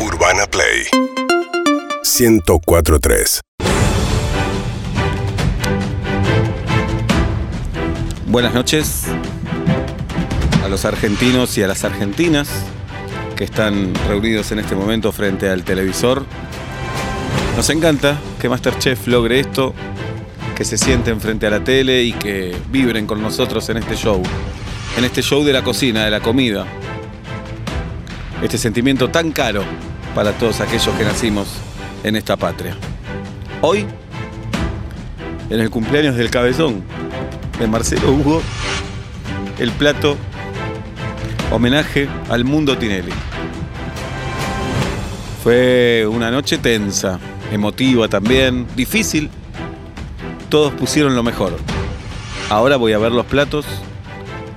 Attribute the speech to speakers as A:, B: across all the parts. A: Urbana Play 1043.
B: Buenas noches a los argentinos y a las argentinas que están reunidos en este momento frente al televisor. Nos encanta que Masterchef logre esto, que se sienten frente a la tele y que vibren con nosotros en este show, en este show de la cocina, de la comida. Este sentimiento tan caro para todos aquellos que nacimos en esta patria. Hoy, en el cumpleaños del cabezón de Marcelo Hugo, el plato homenaje al mundo Tinelli. Fue una noche tensa, emotiva también, difícil. Todos pusieron lo mejor. Ahora voy a ver los platos,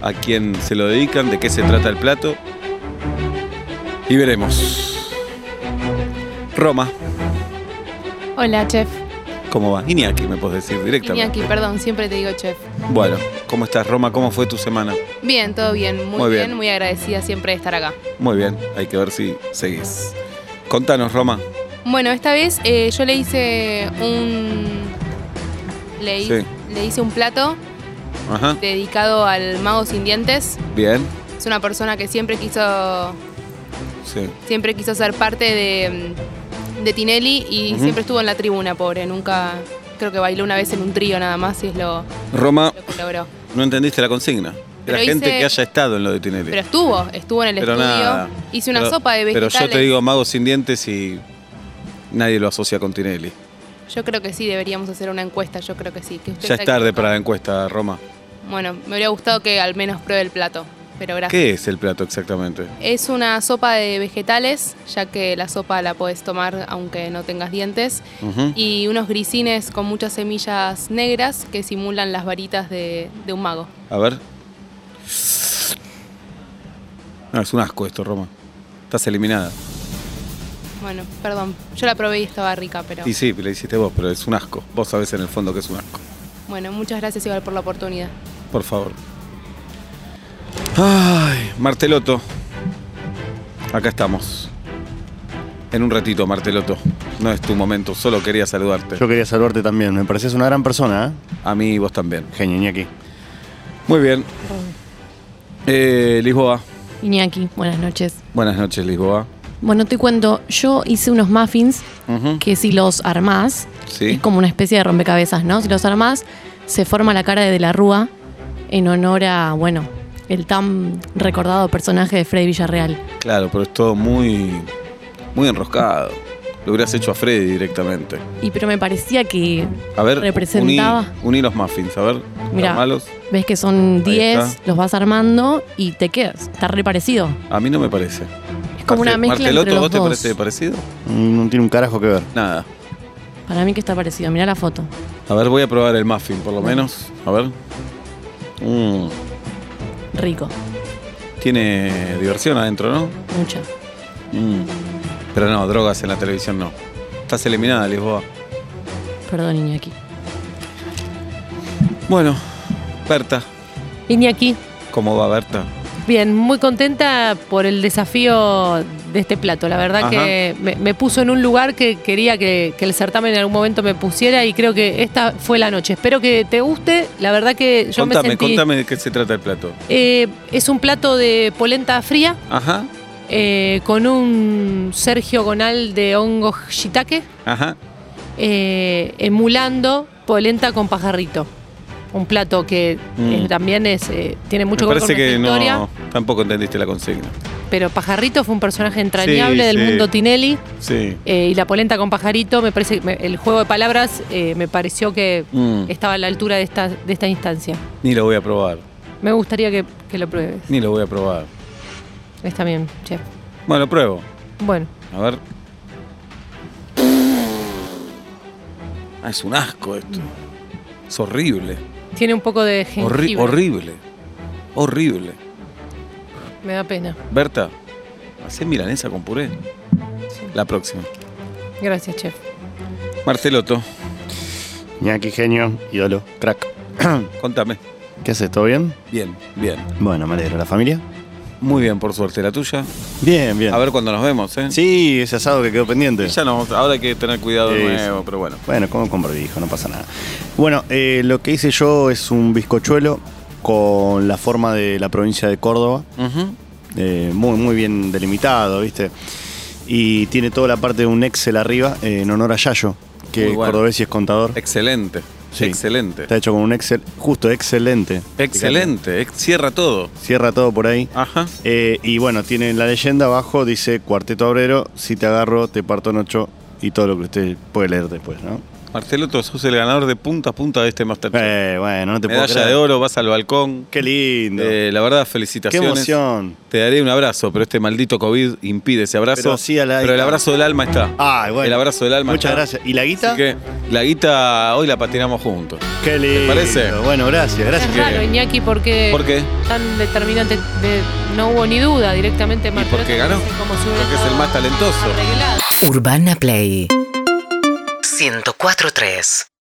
B: a quién se lo dedican, de qué se trata el plato. Y veremos. Roma,
C: Hola, chef.
B: ¿cómo va? Iñaki, me puedes decir directamente.
C: Iñaki, perdón, siempre te digo chef.
B: Bueno, ¿cómo estás, Roma? ¿Cómo fue tu semana?
C: Bien, todo bien, muy,
B: Muy bien.
C: bien. muy agradecida siempre de estar acá.
B: Muy bien, hay que ver si seguís. Contanos, Roma.
C: Bueno, esta vez eh, yo le hice un. Le, hi-
B: Sí.
C: le hice un plato
B: Ajá,
C: dedicado al mago sin dientes.
B: bien.
C: Es una persona que siempre quiso.
B: Sí.
C: Siempre quiso ser parte de, mm, de Tinelli y
B: Ujú.
C: siempre estuvo en la tribuna, pobre. Nunca. Creo que bailó una vez en un trío nada más y es lo,
B: Roma,
C: lo que logró.
B: no entendiste la consigna. La
C: Pero
B: gente
C: hice-
B: que haya estado en lo de Tinelli.
C: Pero estuvo, estuvo en el
B: Pero
C: estudio.
B: nada.
C: Hice una
B: Pero-
C: sopa de
B: Pero
C: vegetales.
B: yo te digo mago sin dientes y nadie lo asocia con Tinelli.
C: Yo creo que sí, deberíamos hacer una encuesta, yo creo que sí. que usted
B: Ya
C: está
B: es tarde
C: equivocado.
B: para la encuesta, Roma.
C: Bueno, me hubiera gustado que al menos pruebe el plato, pero gracias.
B: ¿Qué es el plato exactamente?
C: Es una sopa de vegetales, ya que la sopa la puedes tomar aunque no tengas dientes,
B: Ujú.
C: y unos grisines con muchas semillas negras que simulan las varitas de, de un mago.
B: A ver. No, Ah, es un asco esto, Roma. Estás eliminada.
C: Bueno, perdón, yo la probé y estaba rica, pero
B: Y sí, le hiciste vos, pero es un asco. Vos sabés en el fondo que es un asco.
C: bueno, muchas gracias igual por la oportunidad.
B: Por favor. Ay, Marteloto. Acá estamos. En un ratito, Marteloto. No es tu momento, solo quería saludarte.
D: Yo quería saludarte también. Me pareces una gran persona, ¿eh?
B: A mí y vos también.
D: Genio, Iñaki.
B: Muy bien. Eh, Lisboa.
E: Iñaki, buenas noches.
B: Buenas noches, Lisboa.
E: Bueno, te cuento, yo hice unos muffins
B: Ujú.
E: que si los armás,
B: Sí.
E: es como una especie de rompecabezas, ¿no? Si los armás, se forma la cara de De la Rúa en honor a, bueno, el tan recordado personaje de Freddy Villarreal.
B: Claro, pero es todo muy. muy enroscado. Lo hubieras hecho a Freddy directamente.
E: Y pero me parecía que,
B: A ver,
E: Representaba.
B: Uní, uní los muffins, a ver.
E: Mirá.
B: malos.
E: ves que son
B: Ahí
E: 10,
B: está.
E: los vas armando y te quedas. Está re parecido.
B: A mí no me parece.
E: Es como una
B: Marte-
E: mezcla
B: Marteloto,
E: entre los
B: ¿vos te
E: dos.
B: parece parecido?
D: No tiene un carajo que ver.
B: Nada.
E: Para mí que está parecido, mirá la foto.
B: A ver, voy a probar el muffin, por lo menos. A ver. Mm,
E: Rico,
B: Tiene diversión adentro, ¿no?
E: mucho.
B: Mm, Pero no, drogas en la televisión no. Estás eliminada, Lisboa.
E: Perdón, Iñaki.
B: Bueno, Berta.
F: Iñaki,
B: ¿Cómo va Berta?
F: bien, muy contenta por el desafío de este plato. La verdad
B: Ajá.
F: que me, me puso en un lugar que quería que, que el certamen en algún momento me pusiera y creo que esta fue la noche. Espero que te guste. La verdad que yo
B: contame,
F: me sentí...
B: contame de qué se trata el plato.
F: Eh, es un plato de polenta fría
B: Ajá,
F: eh, con un Sergio Gonal de hongo shiitake
B: ajá.
F: eh, emulando polenta con pajarrito. Un plato que
B: Mm.
F: eh, también es, eh, tiene mucho
B: Me
F: que ver
B: parece
F: con
B: que
F: nuestra historia.
B: no, tampoco entendiste la consigna.
F: Pero Pajarrito fue un personaje entrañable
B: Sí,
F: del
B: sí.
F: mundo Tinelli.
B: Sí.
F: eh, y la polenta con Pajarito, me parece me- el juego de palabras eh, me pareció que
B: Mm,
F: estaba a la altura de esta, de esta instancia.
B: Ni lo voy a probar,
F: Me gustaría que, que lo pruebes.
B: ni lo voy a probar.
F: Está bien, chef.
B: Bueno, pruebo.
F: Bueno,
B: A ver. Ah, es un asco esto. Mm. Es horrible.
F: tiene un poco de
B: Horri-
F: jengibre.
B: horrible. Horrible.
F: Me da pena.
B: Berta, hacé milanesa con puré. La próxima.
F: Gracias, chef.
B: Marceloto,
D: Iñaki, genio, ídolo, crack.
B: contame.
D: ¿Qué haces? ¿Todo bien?
B: Bien, bien.
D: Bueno, me alegro. ¿La familia?
B: muy bien, por suerte. ¿La tuya?
D: Bien, bien.
B: A ver cuando nos vemos, ¿eh?
D: Sí, ese asado que quedó pendiente.
B: Y Ya no, ahora hay que tener cuidado de
D: Sí,
B: nuevo,
D: sí.
B: pero bueno.
D: Bueno, como con barbijo, no pasa nada. Bueno, eh, lo que hice yo es un bizcochuelo con la forma de la provincia de Córdoba,
B: Ujú.
D: eh, muy, muy bien delimitado, ¿viste? Y tiene toda la parte de un Excel arriba eh, en honor a Yayo, que
B: Muy
D: es
B: bueno.
D: cordobés y es contador.
B: Excelente,
D: Sí.
B: excelente.
D: Está hecho con un Excel, justo excelente.
B: Excelente, ex- cierra todo.
D: Cierra todo por ahí.
B: Ajá.
D: Eh, y bueno, tiene la leyenda abajo, dice Cuarteto Obrero, si te agarro, te parto en ocho y todo lo que usted puede leer después, ¿no?
B: Marcelo, tú sos el ganador de punta a punta de este Masterchef.
D: Eh, bueno, no te puedo
B: Medalla
D: creer.
B: de oro, vas al balcón.
D: Qué lindo.
B: Eh, la verdad,
D: Qué
B: felicitaciones.
D: emoción.
B: Te daré un abrazo, pero este maldito COVID impide ese abrazo.
D: Pero sí, a la-
B: Pero el abrazo del alma está.
D: Ay, bueno.
B: El abrazo del alma
D: Muchas
B: está.
D: gracias. ¿Y la guita?
B: Así que la guita hoy la patinamos juntos.
D: Qué lindo.
B: parece?
D: Bueno, gracias, gracias.
F: Es raro, Iñaki, porque
B: ¿Por qué?
F: tan determinante de no hubo ni duda directamente
B: Y porque ganó.
F: Como si
B: Porque es el más talentoso.
F: arreglado.
A: Urbana Play 104.3